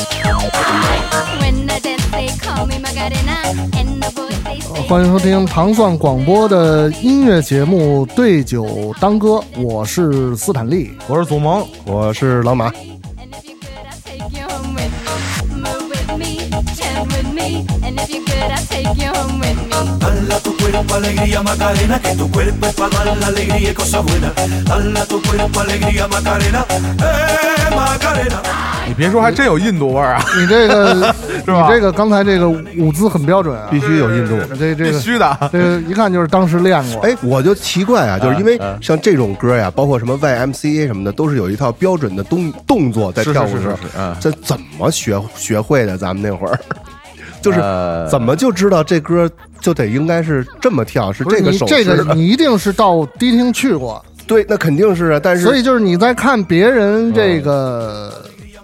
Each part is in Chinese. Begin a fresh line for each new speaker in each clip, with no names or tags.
When I dance, they call me Macarena, and the boys they
呃
say.
欢迎收听糖蒜广播的音乐节目《对酒当歌》，我是斯坦利。
我是祖萌，
我是老马，
And if you could, I'll take you home with me. Move with me, jam with me, and if you could, I'll take you home with me.
Dale a tu cuerpo alegría Macarena, que tu cuerpo es para dar la alegría y cosas buenas. Dale a tu cuerpo alegría Macarena, eh Macarena.
你别说，还真有印度味儿啊！
你这 个，
吧
你这个刚才这个舞姿很标准啊，
必须有印度。
这这
必
个
须的，
这个一看就是当时练过。
哎，我就奇怪啊，就是因为
嗯
像这种歌呀，包括什么 YMCA 什么的，都是有一套标准的动动作在
是
跳舞
是
的时
是
候
是，，嗯，
这怎么学学会的？咱们那会儿 就是
呃
怎么就知道这歌就得应该是这么跳，是
不是
这个
你
手
这
势
个
的？
你一定是到迪厅去过，
对，那肯定是啊。但是
所以就是你在看别人这个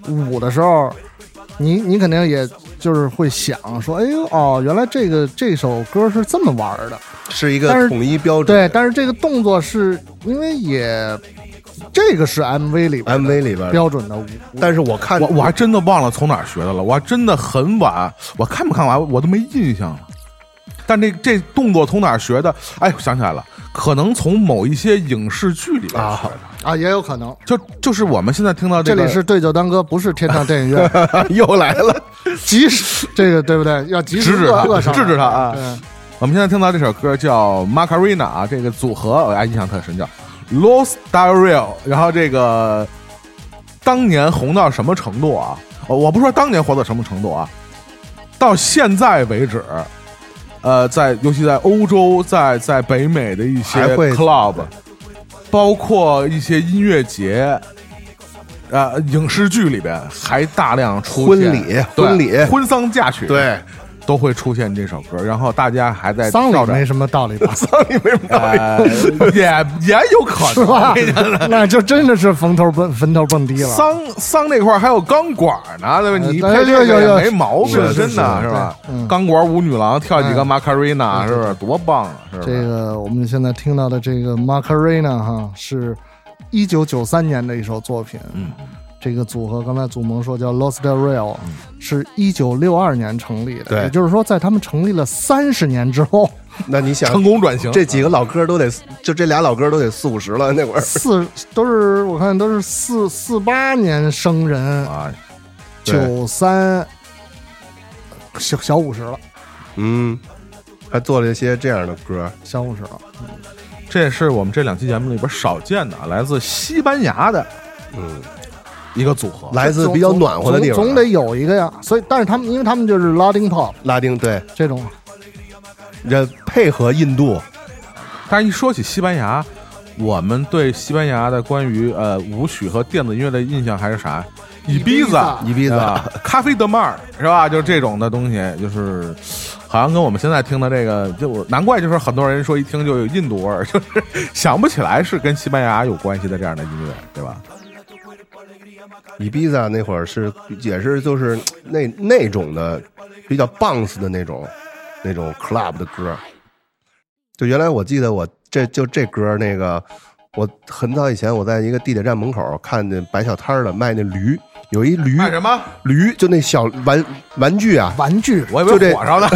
嗯
舞的时候，你你肯定也就是会想说，哎呦哦，原来这个这首歌是这么玩儿的。
是一
但是
个统一标
对，
准。
但是这个动作是因为也这个是 MV 里边的
MV 里边的，
标准的舞，
但是我 看
我我还真的忘了从哪儿学的了，我还真的很晚，我看不看完我都没印象了。但这这动作从哪儿学的？哎，我想起来了，可能从某一些影视剧里边学的。
啊，也有可能。
就就是我们现在听到
这
个，啊
里是对酒当歌，不是天堂电影 院，
又来了，
及时这个对不对？要及时
制止
扼
他
扼上来，
制止他啊
对
我们现在听到这首歌叫《Macarena》啊，这个组合我印象特深，叫 Los Dario。然后这个当年红到什么程度啊？哦我不说当年红到什么程度啊，到现在为止，呃，在尤其在欧洲，在在北美的一些
还会
club，包括一些音乐节。呃，影视剧里边还大量出现
婚礼
对
婚礼
婚丧嫁娶，
对，
都会出现这首歌，然后大家还在
丧
照
礼
着
没什么道理 吧？
呃， 也也有可
是 吧
能。？
那就真的是坟头蹦坟头蹦迪了。
桑桑这块儿还有钢管呢，对吧？
呃
你
对
配这
有
个
有有
也没毛病，
是是
真的
是
是吧
对嗯？
钢管舞女郎跳几个
嗯
Macarena，是不是多棒啊？是不
这
是？
个我们现在听到的这个 Macarena 哈，是一九九三年的一首作品。
嗯，
这个组合刚才祖萌说叫 Lost Rail，、是一九六二年成立的，
嗯对
也就是说在他们成立了三十年之 后，
那你想
成功转型，
这几个老哥都得，就这俩老哥都得四五十了那会儿。
四都是我看都是四四八年生人，
啊，
对
九三小小五十了，
嗯，还做了一些这样的歌，
小五十了。
这是我们这两期节目里边少见的，来自西班牙的
嗯，
一个组合。
来自比较暖和的地
哦
方，啊
总总得有一个呀。所以，但是他们因为他们就是 Latin pop
拉丁对，
这种，
这配合印度，
但是一说起西班牙，我们对西班牙的关于呃舞曲和电子音乐的印象还是啥？伊比萨，
伊比萨
啊咖啡德曼儿是吧？就是这种的东西，就是好像跟我们现在听的这个，就我难怪就是很多人说一听就有印度味儿，就是想不起来是跟西班牙有关系的这样的音乐，对 吧？
伊比萨那会儿是也是就是那那种的比较 bounce 的那种那种 club 的歌。就原来我记得我这就这歌那个，我很早以前我在一个地铁站门口看见摆小摊儿的卖那驴，有一驴
卖什么？
驴就那小玩玩具啊，
玩具
我以
就
为
这
火烧的，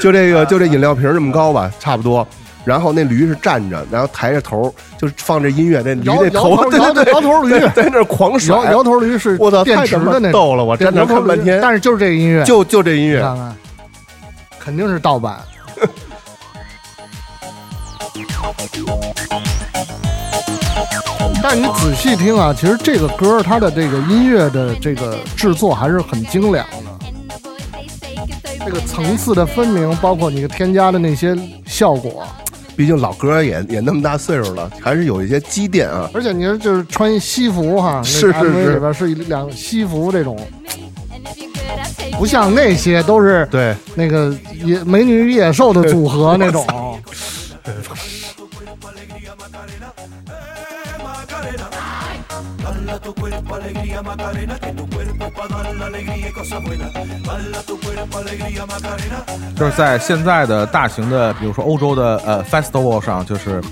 就这
啊
个就这饮料瓶儿这么高吧，差不多。然后那驴是站着，然后抬着头，就是放着音乐，那驴
摇
那头
摇头
对对对
摇头驴
对在那儿狂甩
摇。摇头驴是
我操，
电
太
池
他
的
妈
那种，
逗了！我
对
站那
摇
儿
头
看半
驴
天，
但是就是这个音乐，
就就这音
你
乐
看看，肯定是盗版。 但你仔细听啊，其实这个歌它的这个音乐的这个制作还是很精良的，
And the boys they say, 'Cause
这个层次的分明，包括你添加的那些效果，
毕竟老歌也也那么大岁数了，还是有一些积淀啊。
而且你说就是穿一西服哈，那
是是
MV
是
里边是一两西服这种，
And if you're good, I'll take
不像那些都是
对，
那个野美女与野兽的组 合那种。
Dala tu cuerpo alegría Macarena, que tu cuerpo pa' dar la alegría y cosas buenas. Dala tu cuerpo alegría Macarena,
就是在现在的大型的，比如说欧洲的呃 festival 上，就是
the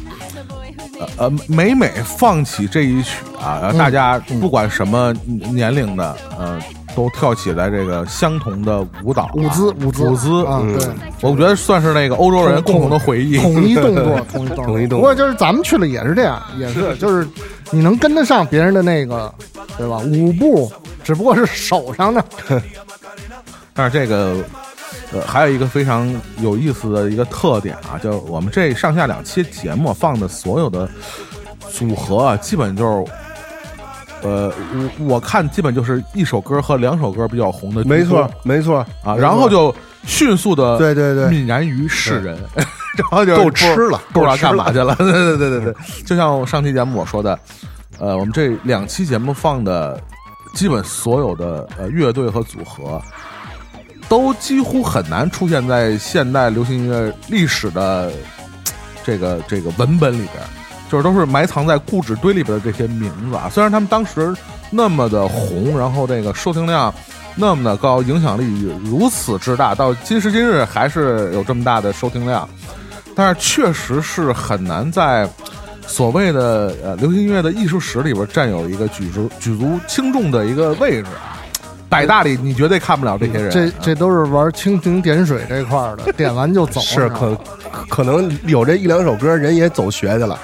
boy who's
呃呃每每放起这一曲啊，
嗯
然后大家不管什么年龄的，呃，都跳起来这个相同的舞蹈啊、
舞姿舞姿
舞姿
啊
嗯
对
我觉得算是那个欧洲人共同的回忆。
统一动作，统一动作。
统一动作
不过就是咱们去了也是这样，也是就是你能跟得上别人的那个，对吧？舞步，只不过是手上的。
但是这个呃还有一个非常有意思的一个特点啊，就是我们这上下两期节目放的所有的组合啊，基本就是。呃，我我看基本就是一首歌和两首歌比较红的，
没错，没错
啊，
没错
然后就迅速的
对对对
泯然于世人，然后就
够吃了
不知道
够吃
干嘛
了
去了。 对对对对对，就像上期节目我说的，呃，我们这两期节目放的基本所有的呃乐队和组合，都几乎很难出现在现代流行音乐历史的嘖这个这个文本里边，就是都是埋藏在固纸堆里边的这些名字啊。虽然他们当时那么的红，然后这个收听量那么的高，影响力如此之大，到今时今日还是有这么大的收听量，但是确实是很难在。所谓的呃流行音乐的艺术史里边占有一个举足举足轻重的一个位置啊，百大里你绝对看不了这些人。呃
这
啊
这都是玩蜻蜓点水这块儿的，点完就走。
是
吧
可可可能有这一两首歌，人也走学去了。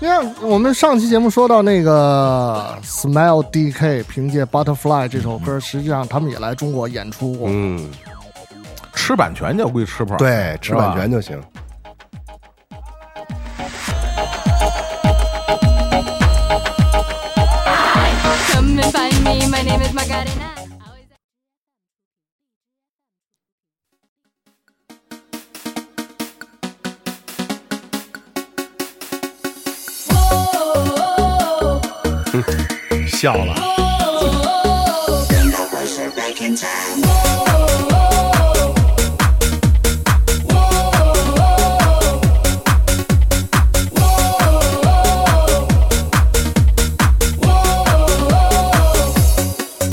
因为我们上期节目说到那个 Smile DK 凭借 Butterfly 这首歌，实际上他们也来中国演出过。
嗯，
吃版权就归吃谱。，
对，吃版权就行。
Come and find me, my name is Macarena. Always-
笑了，
If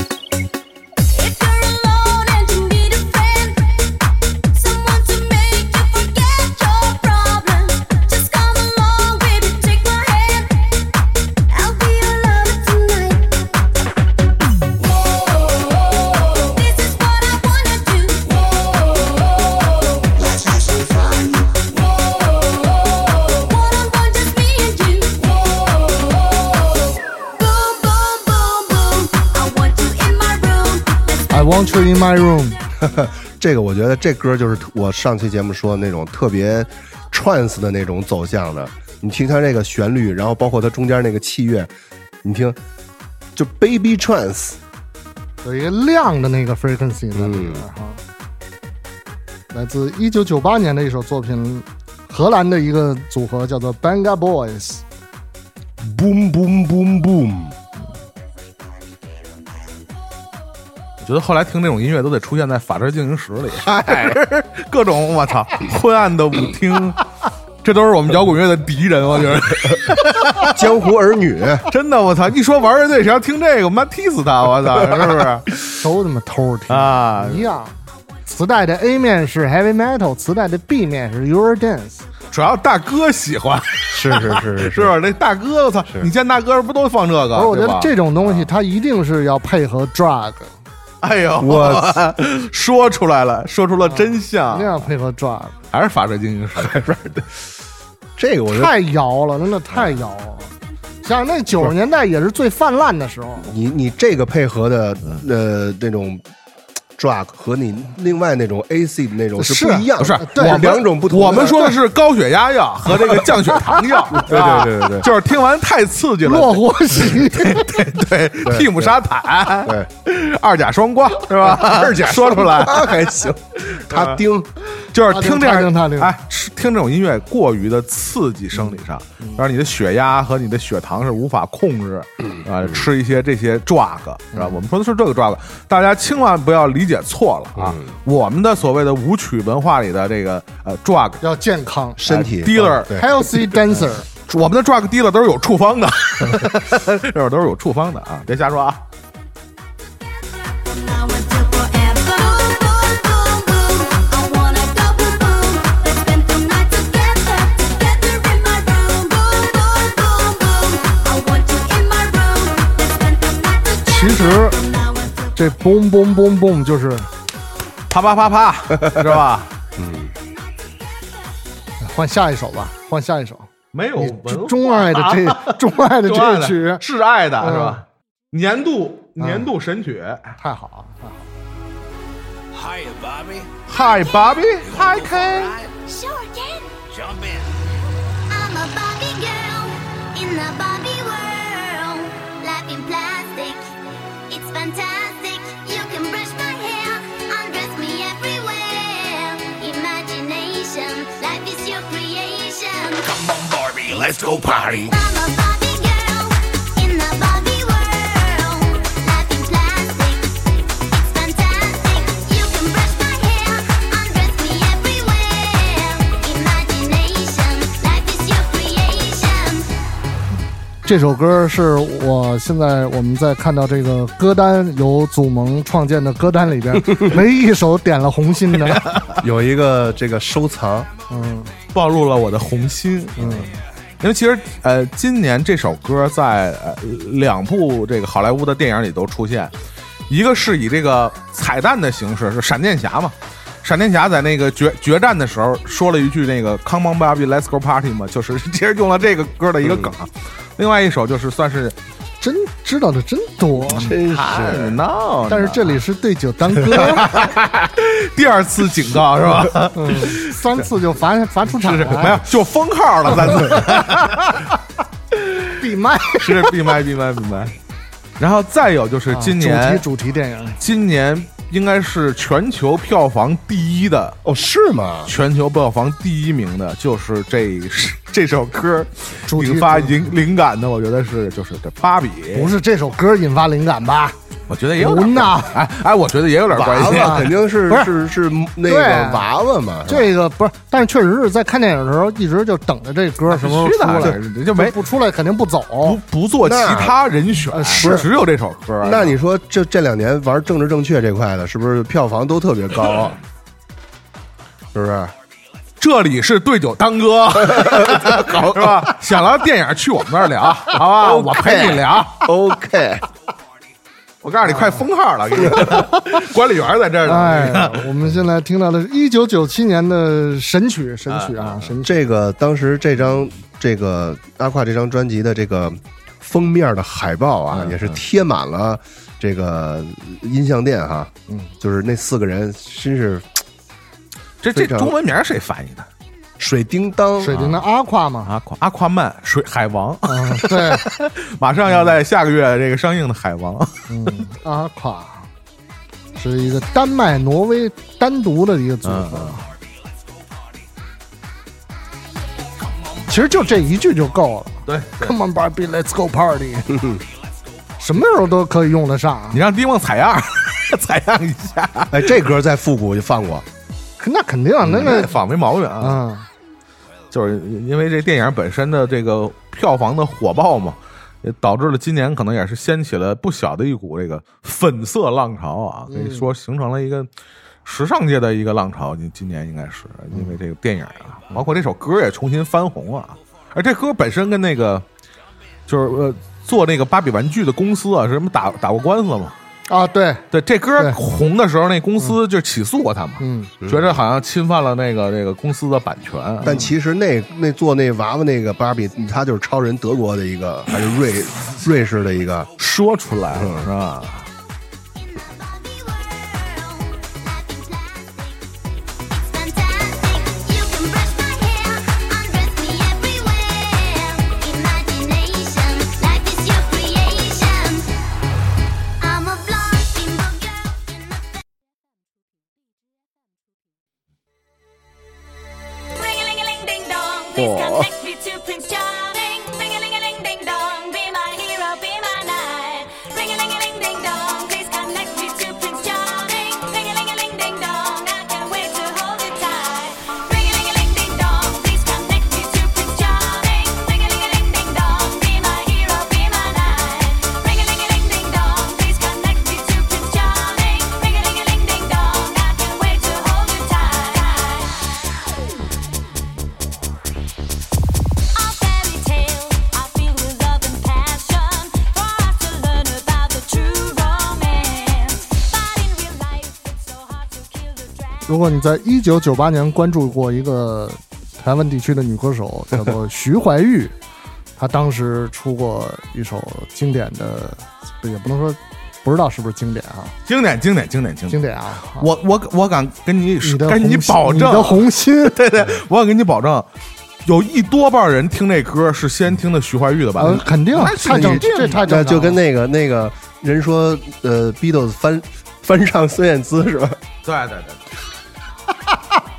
you're alone and you need a friend, someone to make you forget your problems, just come along, baby, take my hand. I'll be your lover tonight. Whoa, this is what I wanna do. Whoa, let's have some fun. Whoa, one on one, just me and you. Whoa, boom, boom, boom, boom. I want you in my room. Let's
I want you in my room。
这个我觉得这歌就是我上期节目说的那种特别 trance 的那种走向的。你听它这个旋律，然后包括它中间那个器乐，你听，就 baby trance，
有一个亮的那个 frequency 在里边
嗯
哈、来自一九九八年的一首作品，荷兰的一个组合叫做 Banga Boys。
boom boom boom boom，
我觉得后来听这种音乐都得出现在《法制进行时》里， 各种我操昏暗的舞厅，这都是我们摇滚乐的敌人。我觉得
江湖儿女，
真的，我操！一说玩乐队，谁要听这个，我妈踢死他！我操，是不是
都他妈偷着听
啊？
一样。磁带的 A 面是 Heavy Metal，磁带的 B 面是 Eurodance。
主要大哥喜欢，
是是是是啊
是不是？那大哥，我操！你见大哥不都放这个？
而我觉
对吧
得这，种东
啊
西它一定是要配合 drug，
哎呦，
我
说出来了，说出了真
一
啊
相
定，要配合 drug。
还是《法制进行时》。
这个我觉得
太摇了，真的太摇了。像那九十年代也是最泛滥的时候，
你你这个配合的呃那种 drug 和你另外那种 AC 的那种是不
是
一样
不
的，
是
对
是啊
我们
两种不同的。
我们说的是高血压药和这个降血糖药，
对
是吧
对对对对
就是听完太刺激了，
落火洗
对蒂姆沙坦，
对，
二甲双胍是吧？
二甲
说出来，啊
呃他还行，他丁
啊
就是听这
他听他
样，
听
哎，是听这种音乐过于的刺激生理上，
嗯
让你的血压和你的血糖是无法控制，
嗯
啊，吃一些这些 drug 是吧？我们说的是这个 drug，大家千万不要理解错了
嗯
啊！我们的所谓的舞曲文化里的这个呃 drug
要健康
身体
dealer
对
，healthy dancer。
我们的 drug dealer 都是有处方的， 这会儿都是有处方的啊！别瞎说啊！
Now until forever. Boom, boom, boom, boom. I wanna go boom, boom. Let's spend the night together, together in my room. Boom, boom, boom, boom. I want you in my room. Let's spend the night
其
together.
实
Now until
这 boom boom boom boom 就是
啪啪啪 啪，是吧？
换下一首吧，换下一首。
没有文化
钟爱的 这钟爱的这
挚爱
个
的
曲嗯
挚爱的是吧？年度年度神曲
太好了。啊太好了
Hiya, Bobby.
，Hi Bobby，Hi Ken。
sure can.
Jump in.
I'm a Barbie girl in the Barbie world. Life in plastic, it's fantastic. You can brush my hair, undress me everywhere. Imagination, life is your creation.
Come on, Barbie, let's go party.
I'm a Barbie girl in the Barbie world. Life in plastic, it's fantastic. You can brush my hair, undress me everywhere. Imagination, life is your creation.
这首歌是我现在我们在看到这个歌单由祖萌创建的歌单里 边，没一首点了红心
哎
的。
有一个这个收藏，
嗯，
暴露了我的红心。嗯，因为其实呃，今年这首歌在呃两部这个好莱坞的电影里都出现，一个是以这个彩蛋的形式，是闪电侠嘛。闪电侠在那个决决战的时候说了一句那个 “Come on, baby, let's go party” 嘛，就是其实用了这个歌的一个梗。另外一首就是算是哎
真知道的真多。
嗯
真
看闹呢，
但是这里是对酒当 歌，
第二次警告是吧？
三次就罚罚出场
是
来，
没有就封号了，咱就。
闭麦。
是闭麦闭麦闭麦。然后再有就是今年，
啊主题主题电影，
今年应该是全球票房第一的，
哦，是吗？
全球票房第一名的，就是这 这首歌
主题
引发
歌
灵灵感的，我觉得是就是这芭比，
不是这首歌引发灵感吧？
我觉得也有
胡
点
闹
关系哎哎，我觉得也有点关
娃
系。
娃肯定是
不是
是啊是那
对
个娃娃嘛，是吧
这个不是，但是确实是在看电影的时候一直就等着这歌什么时候
必须
出
的
来，
这就没
不出来肯定不走。
不不做其他人选，
呃是
只有这首歌。
那你说这这两年玩政治正确这块的，是不是票房都特别高？是不是？
这里是对酒当歌，好是吧？想聊电影去我们那儿聊，好吧？我陪你聊。
OK，
我告诉你，快封号了，给你管理员在这儿呢。
哎呀，我们现在听到的是一九九七年的神曲，神曲啊，神曲。
这个当时这张这个阿胯这张专辑的这个封面的海报啊，
嗯
也是贴满了这个音像店哈，嗯，就是那四个人真是
这这
非常
中文名是谁翻译的？
水叮当，啊
水晶的阿胯嘛，
阿夸阿夸曼水海王，
嗯，对，
马上要在下个月这个上映的海王，
嗯，阿胯是一个丹麦、挪威单独的一个组
嗯
合。其实就这一句就够了。
对，
Come on, Barbie, let's go party。什么时候都可以用得上啊
你，让迪梦采样， 采样一下，
哎，这歌在复古就放过，
嗯那肯定啊那
那
个
仿没毛病啊。
嗯，
就是因为这电影本身的这个票房的火爆嘛，也导致了今年可能也是掀起了不小的一股这个粉色浪潮啊，可
嗯
以说形成了一个时尚界的一个浪潮。今今年应该是因
嗯
为这个电影啊，包括这首歌也重新翻红啊，而这歌本身跟那个就是呃做那个芭比玩具的公司啊，是什么打打过官司嘛？
啊，对，
对，这歌
对
红的时候，那公司就起诉过他嘛，
嗯，
觉着好像侵犯了那个这个公司的版权。啊
但其实那那做那娃娃那个芭比，他就是超人德国的一个，还是瑞瑞士的一个，
说出来了、是吧？
Barbie world, life in plastic. It's fantastic. You can brush my hair, undress me everywhere. Imagination, life is your creation. I'm a blonde girl in the.
如果你在一九九八年关注过一个台湾地区的女歌手，叫做 徐怀钰，她当时出过一首经典的，不也不能说不知道是不是经典啊，
经典经典经典经
经。
典
典啊，
我我我敢跟你
你的
跟你
红心
保
你的
证，
红心，
对对，我敢跟你保证，有一多半人听这歌是先听的徐怀钰的版
呃，
本。
肯定
那是
太正，
你这
这太正常
那
了，
就跟那个那个人说，呃，Beatles 翻翻唱孙燕姿是吧？
对对对。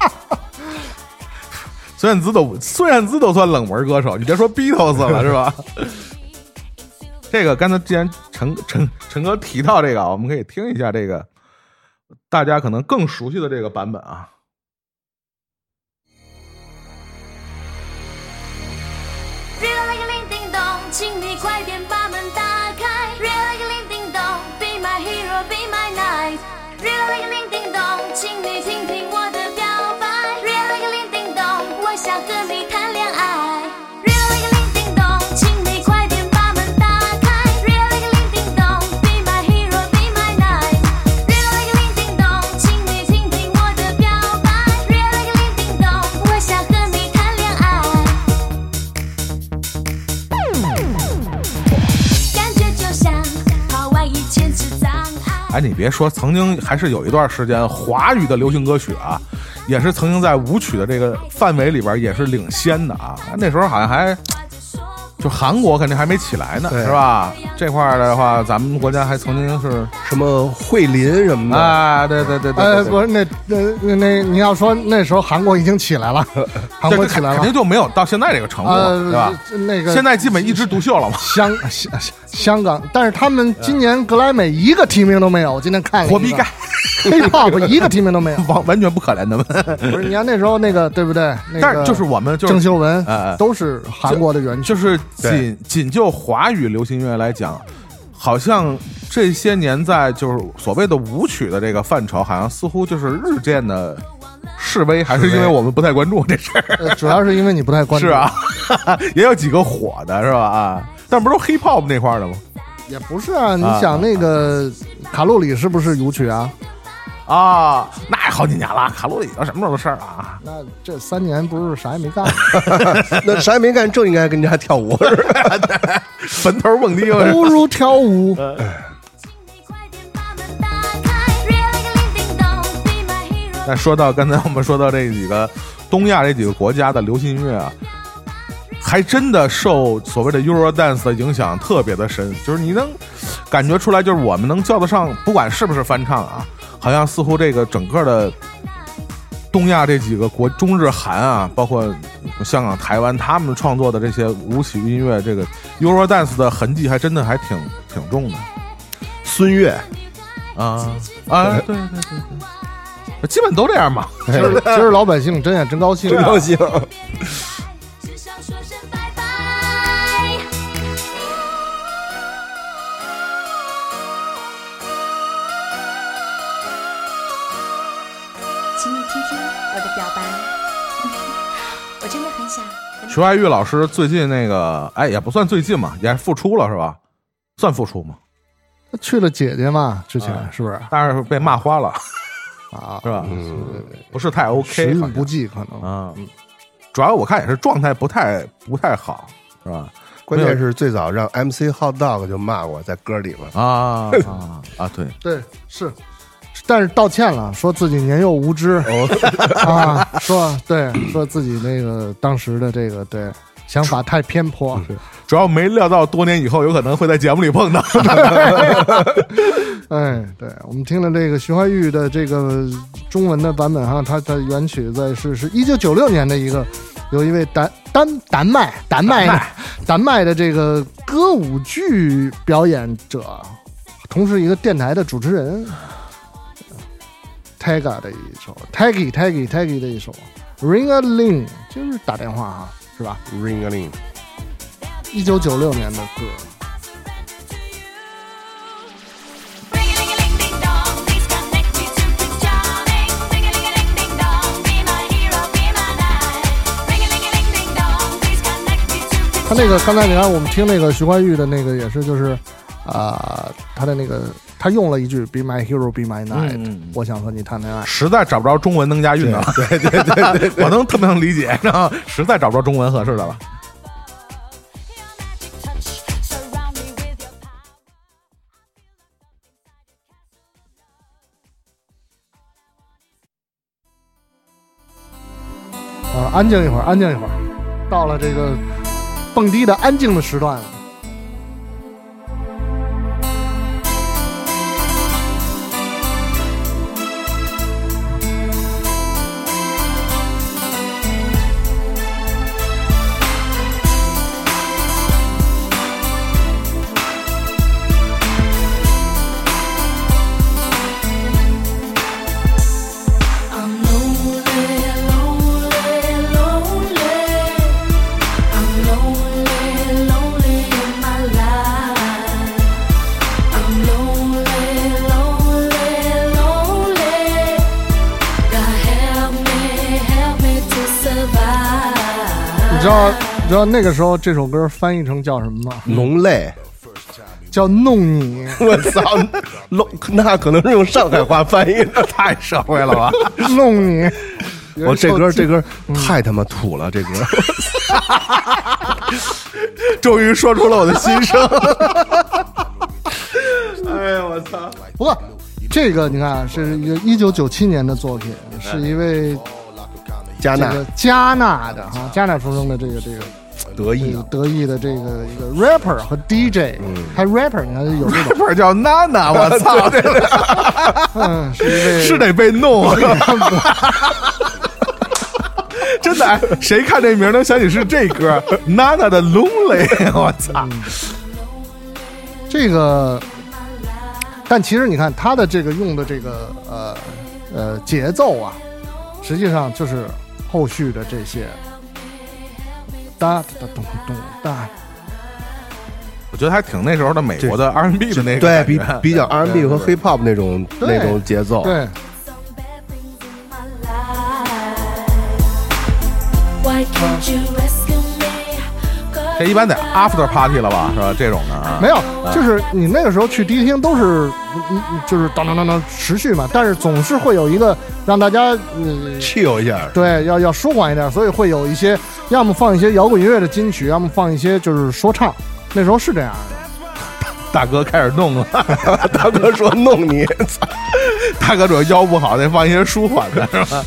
孙燕姿都孙燕姿都算冷门歌手，你别说 Beatles 了是吧？这个刚才既然陈陈陈哥提到这个啊，我们可以听一下这个大家可能更熟悉的这个版本啊。
铃铃铃叮咚，请你快点把门打开。铃铃铃叮咚，Be my hero, be my night。铃铃铃叮咚，请你听听我的表白。铃铃铃叮咚，我想和你谈恋爱。铃铃铃叮咚，请你快点把门打开。铃铃铃叮咚，Be my hero, be my night。铃铃铃叮咚，请你听听我的表白。铃铃铃叮咚，我想和你谈恋爱。感觉就像抛完一千次障碍。
哎，你别说，曾经还是有一段时间，华语的流行歌曲啊，也是曾经在舞曲的这个范围里边也是领先的啊。那时候好像还就韩国肯定还没起来呢，
对
是吧？这块儿的话，咱们国家还曾经是
什么惠林什么的，
啊，对对对对
哎，
对
不
对，
是那那那那你要说那时候韩国已经起 来了，韩
这
国
这
起
肯
来
肯定
了，
就没有到现在这个程度了，对
呃
吧？，
那个
现在基本一枝独秀了嘛，
香香香港，但是他们今年格莱美一个提名都没有，我今天看了一个
活逼盖，
K-pop 一个提名都没有。
完完全不可怜他们。
不是，你看那时候那个对不对？那个、
但是就是我们就是
郑秀文
哎哎，
都是韩国的原曲。
就是
对
仅仅就华语流行音乐来讲，好像这些年在就是所谓的舞曲的这个范畴，好像似乎就是日渐的示威，还是因为我们不太关注这事儿，
呃主要是因为你不太关注，
是啊， 也有几个火的是吧？啊，但不是都 hip hop 那块儿的吗？
也不是啊。你
啊
想那个卡路里是不是舞曲啊？
啊，那好几年了，卡路里都什么时候的事儿了啊？
那这三年不是啥也没 干，
那啥也没干，正应该跟人家跳舞。
坟头蹦迪了是吧
不如跳 舞。
那说到刚才我们说到这几个东亚这几个国家的流行音乐啊，还真的受所谓的 Eurodance 的影响特别的深，就是你能感觉出来，就是我们能叫得上，不管是不是翻唱啊，好像似乎这个整个的东亚这几个国中日韩啊，包括香港、台湾，他们创作的这些舞曲音乐，这个 Eurodance 的痕迹还真的还挺挺重的。
孙悦，
啊啊，对对对对，基本都这 样嘛。
今儿今儿老百姓真也真高兴，啊
啊
真高兴。
只想说声拜拜。
请你听听我的表白，我真的很想和你
徐怀钰老师最近那个，哎，也不算最近嘛，也复出了是吧？算复出嘛，
去了姐姐嘛，之前
啊
是不是
但是被骂花了
啊
是？吧？不是太
时
OK，
运
好像
不济可能。
啊。主要我看也是状态不太不太好，是吧？
关键是最早让 MC Hot Dog 就骂我在歌里嘛，
啊 啊啊！对，
对，是，但是道歉了，说自己年幼无知、 啊，说对，说自己那个当时的这个对想法太偏颇，
主要没料到多年以后有可能会在节目里碰到。
哎，对，我们听了这个徐怀钰的这个中文的版本哈，它它原曲在是是一九九六年的一个，有一位丹丹丹麦丹麦的丹麦的这个歌舞剧表演者，同时一个电台的主持人，Tega 的一首 Taggy Taggy Taggy 的一首 Ring a Ling，就是打电话哈，是吧？
Ring a ling，
一九九六年的歌，
他
他那个刚才你看我们听那个徐怀钰的那个也是就是，啊、他的那个他用了一句 “Be my hero, be my knight”，、
嗯嗯嗯
我想和你谈恋爱。
实在找不着中文能押韵的了，对对对对 我能特别能理解，然后实在找不着中文合适的了。
啊，安静一会儿，安静一会儿，到了这个蹦迪的安静的时段了。
I'm lonely, lonely, lonely. I'm lonely, lonely in my life. I'm lonely, lonely, lonely. God help me, help me to survive.
你知道你知道那个时候这首歌翻译成叫什么吗？
龙泪，
叫弄你。
我操，龙那可能是用上海话翻译的。
太社会了吧？
弄你！
我哦这歌
有人受
这
气
歌太他妈土了，这歌
终于说出了我的心声。
不过这个你看啊是一个一九九七年的作品，是一位
加
这
纳
个加纳的哈加纳出生的这个这个
得
这
意
个德裔的这个一个 rapper 和 DJ，还 rapper 你看有这种，
不是叫娜 娜，我操，这
嗯，是一位
是得被弄 啊！ 真的，哎谁看这名儿能想起是这 歌《娜娜的 Lonely》？我操！
嗯
这个，但其实你看他的这个用的这个呃呃节奏啊，实际上就是后续的这些哒哒哒咚咚哒，
我觉得还挺那时候的美国的 R&B 的那个
对
感
比
觉
比较 R&B 和 Hip Hop 那种
对
那种节奏，
对，
Why can't you rescue me?
这一般得 After Party 了吧？是吧？这种的啊，
没有，就是你那个时候去迪厅都是嗯嗯就是当当当当持续嘛，但是总是会有一个让大家呃
chill 一下，
对，要要舒缓一点，所以会有一些，要么放一些摇滚乐的金曲，要么放一些就是说唱。那时候是这样的，
大哥开始弄了。
大哥说弄你，操
大哥主要腰不好，得放一些舒缓的，是吧？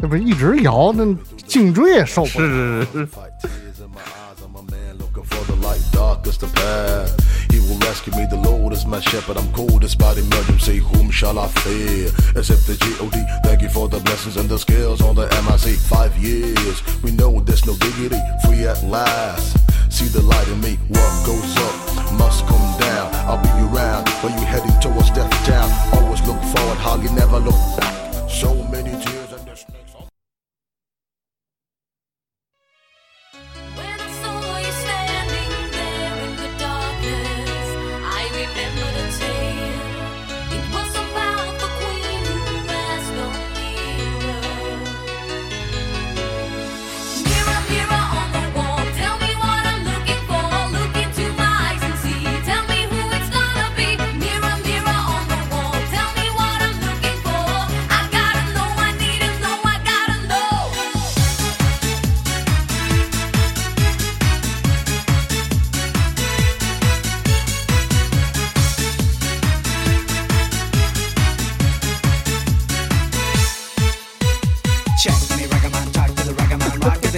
那不是一直摇，那颈椎也受不了。
是是是。
fight. Tears in my eyes, I'm a man looking for the light, darkest of path. He will rescue me, the Lord is my shepherd. I'm cold as body emergency. Whom shall I fear? Except the G.O.D. Thank you for the blessings and the skills on the MIC. Five years, we know there's no dignity, free at last. See the light in me, what goes up must come down. I'll be around when you heading towards death town. Always look forward, how you never look back. So many tears and the snakes.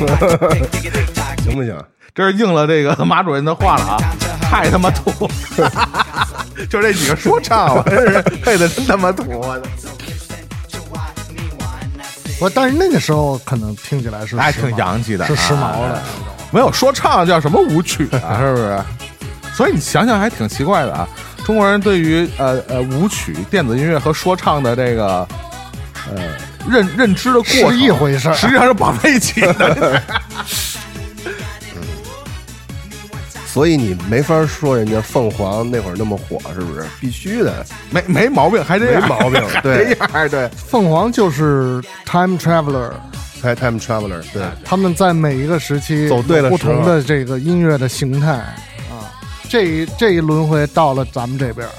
行不行？
这是应了这个 马主任的话了啊，太他妈土， 就这几个说唱，我啊 真是配的真他妈土，啊我的
我但是那个时候可能听起来是
还
时髦
哎挺洋气的，
是时髦的
啊。没有说唱叫什么舞曲啊， 是不是？所以你想想还挺奇怪的啊，中国人对于呃呃舞曲、电子音乐和说唱的这个呃认认知的过程
是一回事儿
实际上是绑在一起 的。
所以你没法说人家凤凰那会儿那么火，是不是？必须的，
没没毛病，还这
没
样
毛病
还这
对
样对，
凤凰就是 Time Traveler，
Time Time Traveler，对，
他们在每一个时期
走对了
有不同
时候
的这个音乐的形态啊，这一这一轮回到了咱们这边儿，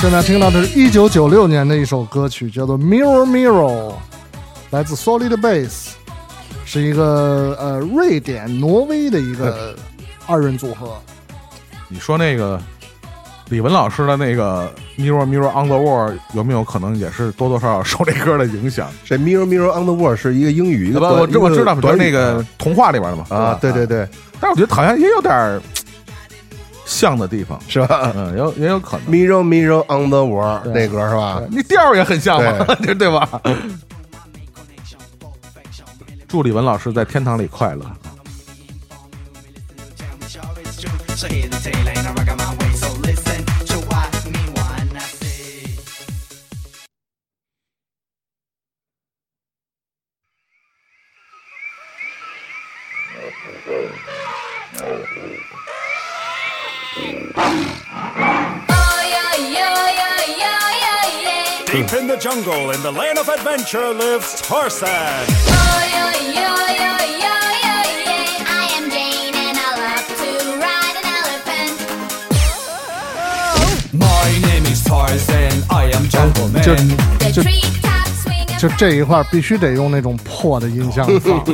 现在听到的是一九九六年的一首歌曲，叫做《Mirror Mirror》，来自 Solid Base，是一个呃瑞典、挪威的一个
哎
二人组合。
你说那个李文老师的那个《Mirror Mirror on the Wall》有没有可能也是多多少少受这歌的影响？
这 Mirror Mirror on the Wall 是一个英语一个
我
短
我知我知道，
一
就是
短语
那个童话里边的嘛。
啊，对对
对，
对，
但是我觉得好像也有点儿像的地方，
是吧
嗯，也有也有可能。
？Mirror Mirror on the Wall
对
那歌是吧？
你调儿也很像嘛， 对对吧？祝李文老师在天堂里快乐。
Deep in the jungle, in the land of adventure, lives Tarzan.
I am Jane and I love to ride an elephant.
My name is Tarzan, I am
Jungleman.
The treetop swing
就这一块儿必须得用那种破的音箱 放，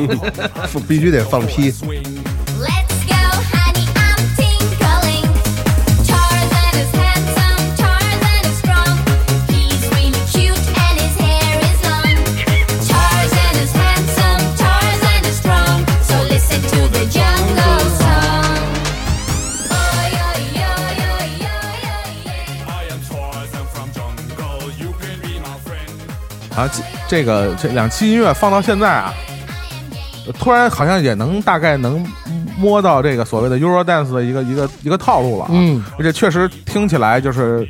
必须得放屁。
哎
Let's go, honey, I'm tinkling. Tarzan is handsome, Tarzan is strong. He's really cute and his hair is long. Tarzan is handsome, Tarzan is strong. So listen to the jungle song. Oy, oy, oy, oy, oy, oy, oy.
I am Tarzan from jungle, you can be my friend.
啊，这这个这两期音乐放到现在啊，突然好像也能大概能摸到这个所谓的 Eurodance 的一个一个一个套路了、啊。
嗯，
而且确实听起来就是。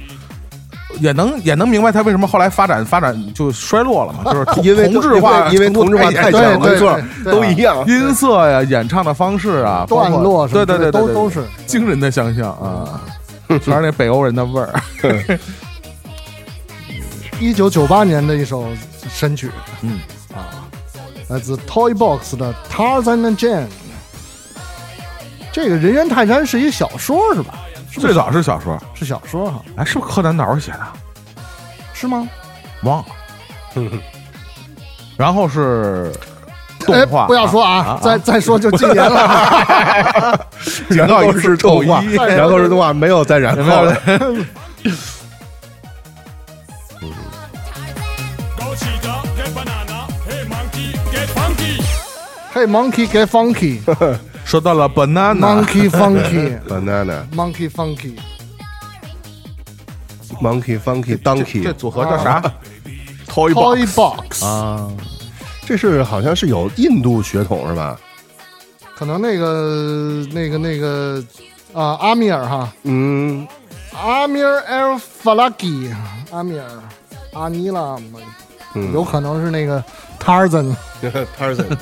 也能也能明白他为什么后来发展发展就衰落了嘛，就是同
因为
同质化，
因为因为同质化
程
太
度
强
严
了，
重
对
没错，
对
都一样。
音色呀、演唱的方式啊、包括
段落什
对
么
对
之
对，
类
对
都
对
都是。
惊人的相像啊，全是那北欧人的味儿。
一九九八年的一首神曲，
嗯
啊，来自 Toy Box 的《Tarzan and Jane》。这个《人猿泰山》是一小说是吧？是不
最
是
早是小说，
是小说哈，
哎，是不是柯南道尔写的？
是吗？
忘了。 然后是动
哎，
画，
不要说
啊
啊
啊，
再再说就禁言 了。
警
然
告一
后
次
是
扣
动
一
画，然后是动画，没有再然
哎有没
后
有
了。？
Go cheetah, get banana. Hey monkey, get funky.
Hey monkey get funky,
说到 了 banana，
monkey funky,
Banana
monkey funky。
Monkey 啊 Funky
这
Donkey，
组合叫啥？Toy
Toy Box，
啊，
这是好像是有印度血统是吧？
可能那个那个那个啊，阿米尔哈，
嗯，
阿米尔 El Falaki，阿米尔阿尼拉姆，
嗯
有可能是那个 Tarzan。
Tarzan，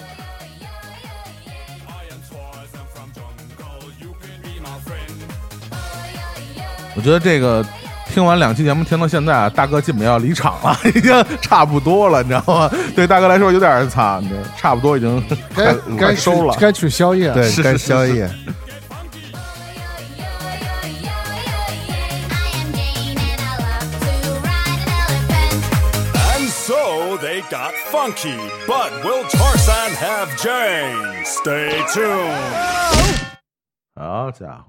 我觉得这个。听完两期节目，听到现在啊，大哥基本要离场了， 已经差不多了，你知道吗？对大哥来说有点惨，差不多已经
该该
快收了
取该取宵夜。
对，
是
该
是
宵夜。
oh, I am Jane and I love to ride an elephant.
And so they got funky. But will Tarzan have Jane? Stay tuned.
好家伙，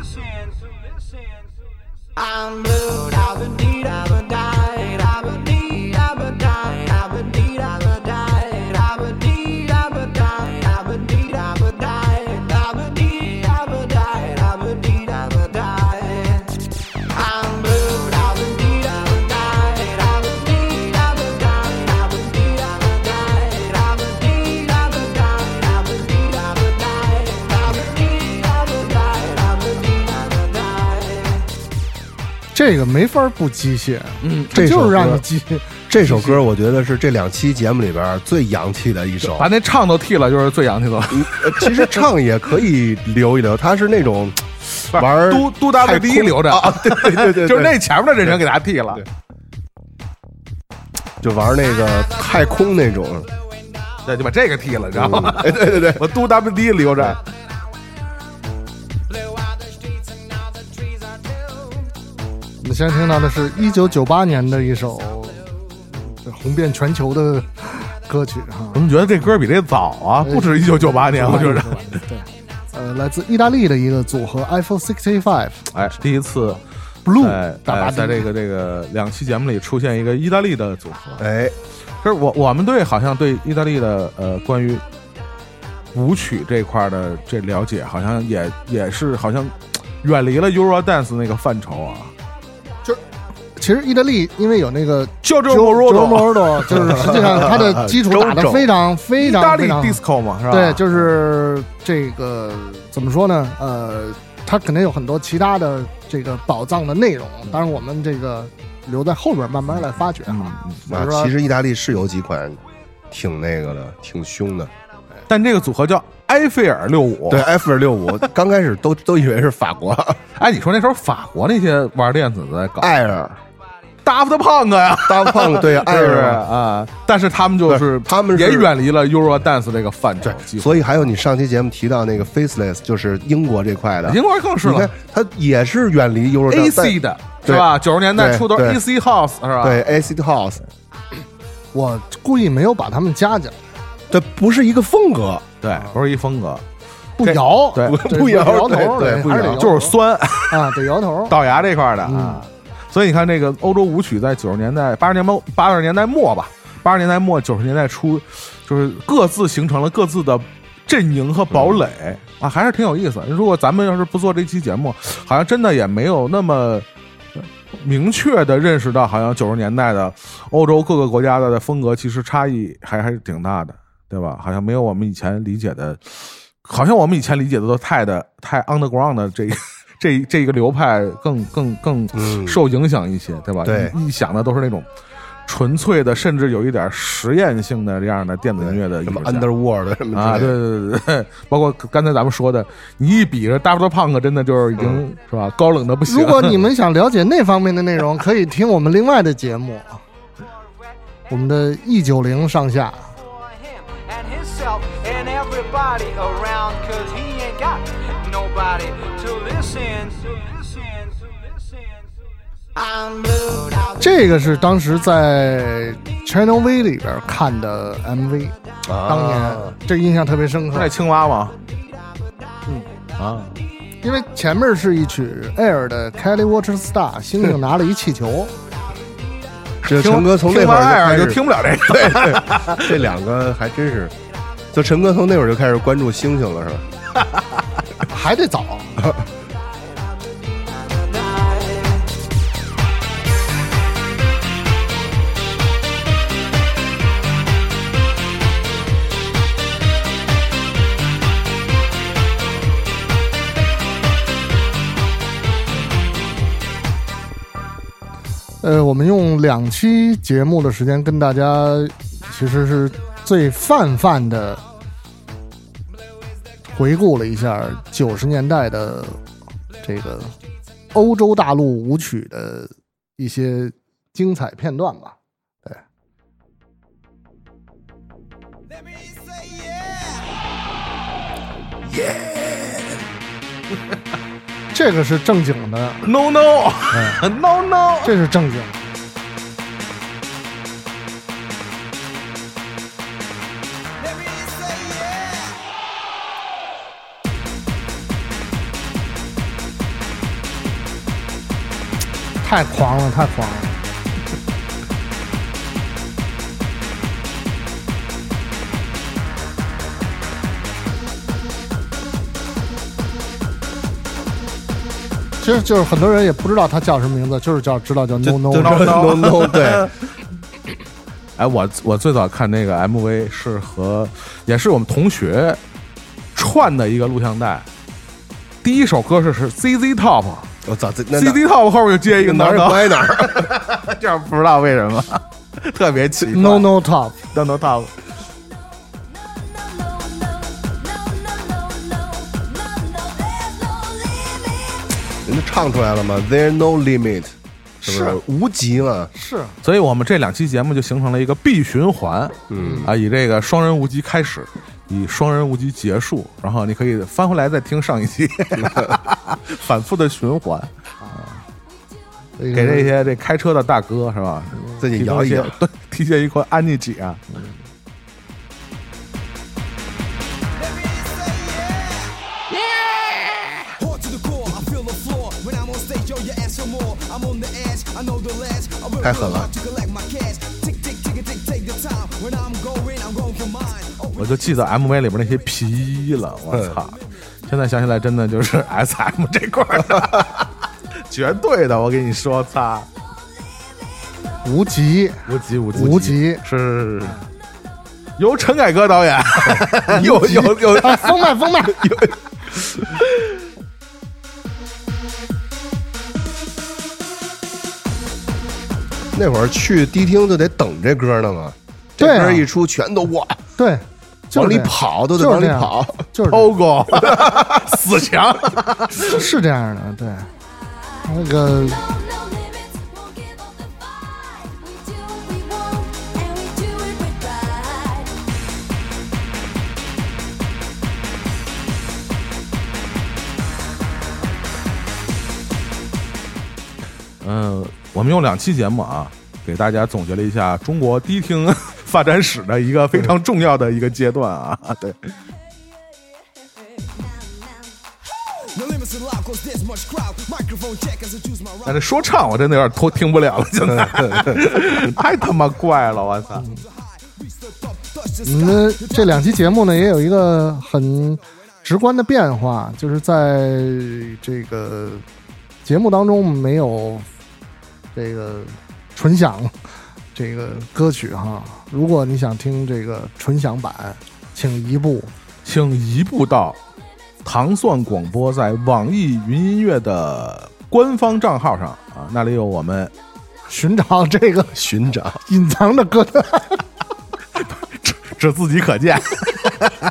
Listen, to listen, to listen. I'm blue, I've been deed, I've been died, I've been deed, I've been died, I've been deed, I've been died, I've been deed, I've been died, I've been deed, I've been died, I've been deed, I've been died, I've been deed, I've been died. I'm blue, I've been deed, I've been died, I've been deed, I've been died, I've been deed, I've been died, I've been deed, I've been died, I've been deed, I've been died, I've been deed, I've been died, I've been
这个没法不机械，
嗯，
这
首
就是让
歌
你机械。
这首歌我觉得是这两期节目里边最洋气的一首
把。那唱都剃了，就是最洋气的了。
呃其实唱也可以留一留，它是 那种玩儿
都都大卫第一留着，
啊，对对对 对，
就是那前面的这人给他剃了
对。就玩那个太空 那种，
对，就把这个剃了，你知道吗？
哎对对对，
我都 W D 留着，
我们现在听到的是1998年的一首这红遍全球的歌曲哈
我，们觉得这歌比这早啊，不止一九九八年，我觉得。
对，呃，来自意大利的一个组合 Eiffel 65
哎，第一次
Blue
在
大巴
哎
黎
在这个这个两期节目里出现一个意大利的组合，
哎，
可是我我们对好像对意大利的呃关于舞曲这块的这了解，好像也也是好像远离了 Eurodance 那个范畴啊。
其实意大利因为有那个
就这
j o j o
Eurodance，
Morodo，就是实际上它的基础打
周
得
周
非常非
意
常
大
非
利啊
常好
disco 嘛，是吧？
对，就是这个怎么说呢？呃，它肯定有很多其他的这个宝藏的内容，当然我们这个留在后边慢慢来发掘哈。
嗯。嗯
比
啊
如，说
其实意大利是有几款挺那个的，挺凶的。
但这个组合叫埃菲尔六五。
对，，埃菲尔六 五刚开始都都以为是法国
哎，你说那时候法国那些玩电子的搞
艾尔
Daft Punk 呀，
大胖 对艾
是不是
尔，
啊？但是他们就
不是
是
他们是
也远离了 Eurodance 这个范畴，几乎
所以还有你上期节目提到那个 Faceless，就是英国这块的，
英国更是了
你看。它也是远离 Euro
AC 的是吧？九十年代初都是
对
AC House 是吧？
对 AC House，
我故意没有把他们加进来，
这不是一个风格，
对，不是一风格，
不
这
摇，
对
这
不摇
摇头
对
儿，
对不
还是
摇
得摇头
就
儿
是酸
啊，得摇头儿。嗯
倒牙这块儿的啊。所以你看，这个欧洲舞曲在九十年代、八十年末、八十年代末吧，八十年代末、九十年代初，就是各自形成了各自的阵营和堡垒
嗯
啊，还是挺有意思。如果咱们要是不做这期节目，好像真的也没有那么。明确的认识到，好像九十年代的欧洲各个国家的风格其实差异还还是挺大的，对吧？好像没有我们以前理解的，好像我们以前理解的都太的太 underground 的这这 这个流派更更更
嗯
受影响一些，对吧？
对
一一想的都是那种纯粹的，甚至有一点实验性的这样的电子音乐的艺
什
术
么
家
Underworld 什么
啊，
之
对
类的，
对对对，包括刚才咱们说的，你一比着 Daft Punk 啊真的就是已经、是吧，高冷的不行。
如 果你们想了解那方面的内容，可以听我们另外的节目，啊我们的 E 九零上下。
for him and himself and everybody around cause he ain't got nobody to listen to listen to listen to listen
这个是当时在 Channel V 里边看的 MV，、当年这印象特别深
是
刻
那，青蛙吗？
因为前面是一曲 Air 的 Kelly Water Star，星星拿了一气球，
这陈哥从那会
听完艾
儿
尔就
就开始
听不了这个。
对对， 这两个还真是，就陈哥从那会儿就开始关注星星了，是吧？
还得早。呃，我们用两期节目的时间跟大家，其实是最泛泛的回顾了一下九十年代的这个欧洲大陆舞曲的一些精彩片段吧。对。 这个是正经的，
No no no no，
这是正经的。太狂了，太狂了！其实就是很多人也不知道他叫什么名字，就是叫知道叫 No
就
No，
是 no no，对，
哎，我我最早看那个 MV 是和也是我们同学串的一个录像带，第一首歌是是 ZZ Top
我操，这那那
CD Top 后面就接一个
哪儿也不挨哪儿。 哎
这样不知道为什么，特别奇怪。
No No Top，
No No Top，
人家唱出来了吗？There no limit，是不是无极嘛？
是
所以我们这两期节目就形成了一个闭循环，嗯啊，以这个双人无极开始，以双人无极结束，然后你可以翻回来再听上一 期，反复的循环，
给
给这些这开车的大哥是吧？
自己
提
摇
供嗯
一
一
摇
些， 对，提携一款安妮姐啊，
太狠了！
我就记得 MV 里边那些皮衣了，我操！现在想起来，真的就是 SM 这块儿的， 绝对的，我跟你说，擦，
无极，
无极无极
无 极
是是是是，由陈凯歌导演，
哎
又又又
啊，封麦封麦，
那会儿去迪厅就得等这歌呢嘛，这
对啊
歌一出全都哇，
对，就
往
是这
里
样，
跑都
就
得
是
往
这
里
样
跑。
就是这样
欧哥 死墙，
是这样的，对，那个
嗯，我们用两期节目啊，给大家总结了一下中国迪厅发展史的一个非常重要的一个阶段啊， 对，但是说唱我真的有点脱听不了了，现在
嗯
太他妈怪了，我操！
我们这两期节目呢，也有一个很直观的变化，就是在这个节目当中没有这个纯享这个歌曲哈。如果你想听这个纯享版，请移步。
请移步到糖蒜广播在网易云音乐的官方账号上啊，那里有我们
寻找这个
寻找
隐藏的歌单，
只自己可见。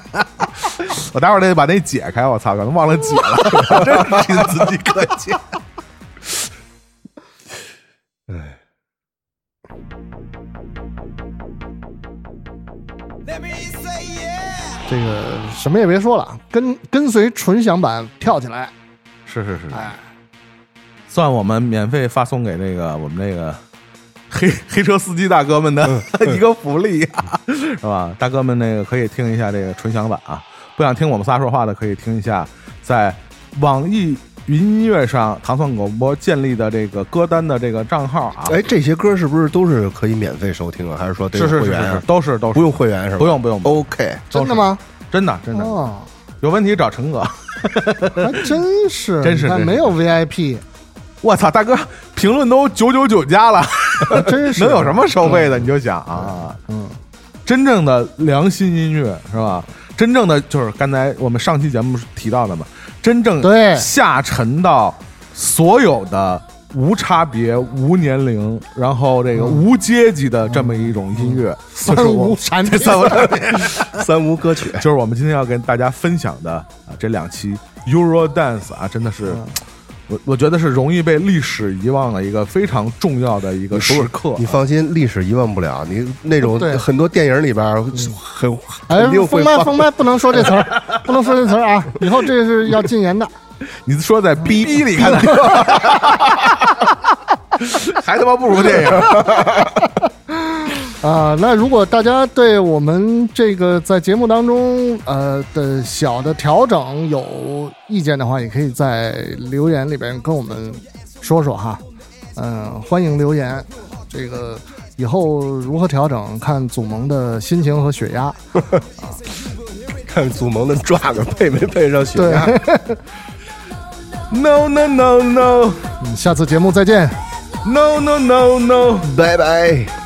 我待会儿得把那解开，我操，可能忘了解了， 真是只自己可见。
这个什么也别说了，跟跟随纯享版跳起来，
是是是，
哎，
算我们免费发送给这个我们这个黑黑车司机大哥们的 一个福利、啊，是吧？大哥们那个可以听一下这个纯享版啊，不想听我们仨说话的可以听一下，在网易云音乐上糖蒜广播建立的这个歌单的这个账号啊。
哎，这些歌是不是都是可以免费收听啊？还是说得
是
有
是
会
是
员
是
啊，？
都是都是
不用会员是吧？
不用不哦用，不用
OK，
真的吗？
真的真的
哦，
有问题找陈哥。
还真是，
真是
你看
真是
没有 VIP，
我操，大哥，评论都九九九加了，
还真 是
能有什么收费的？你就想啊，
嗯，
真正的良心音乐是吧？真正的就是刚才我们上期节目提到的嘛，真正
对
下沉到所有的无差别、无年龄，然后这个无阶级的这么一种音乐，
三
就是我
嗯无产品，
三无产品。
三无 歌曲
就是我们今天要跟大家分享的啊，这两期 Euro Dance 啊，真的是。我我觉得是容易被历史遗忘的一个非常重要的一个时刻
你放心，历史遗忘不了。你那种
啊对嗯
很多电影里边儿很
哎
肯定，会
封麦
放
封麦，不能说这词儿，不能说这词儿啊！以后这是要禁言的。
你说在 B B 里看的， 还他妈不如电影。
啊，那如果大家对我们这个在节目当中呃的小的调整有意见的话，也可以在留言里边跟我们说说哈。嗯、欢迎留言。这个以后如何调整，看祖萌的心情和血压。
看祖萌的 drug 配没配上血 压？
No no no no
嗯下次节目再见。
no no no no。
拜拜。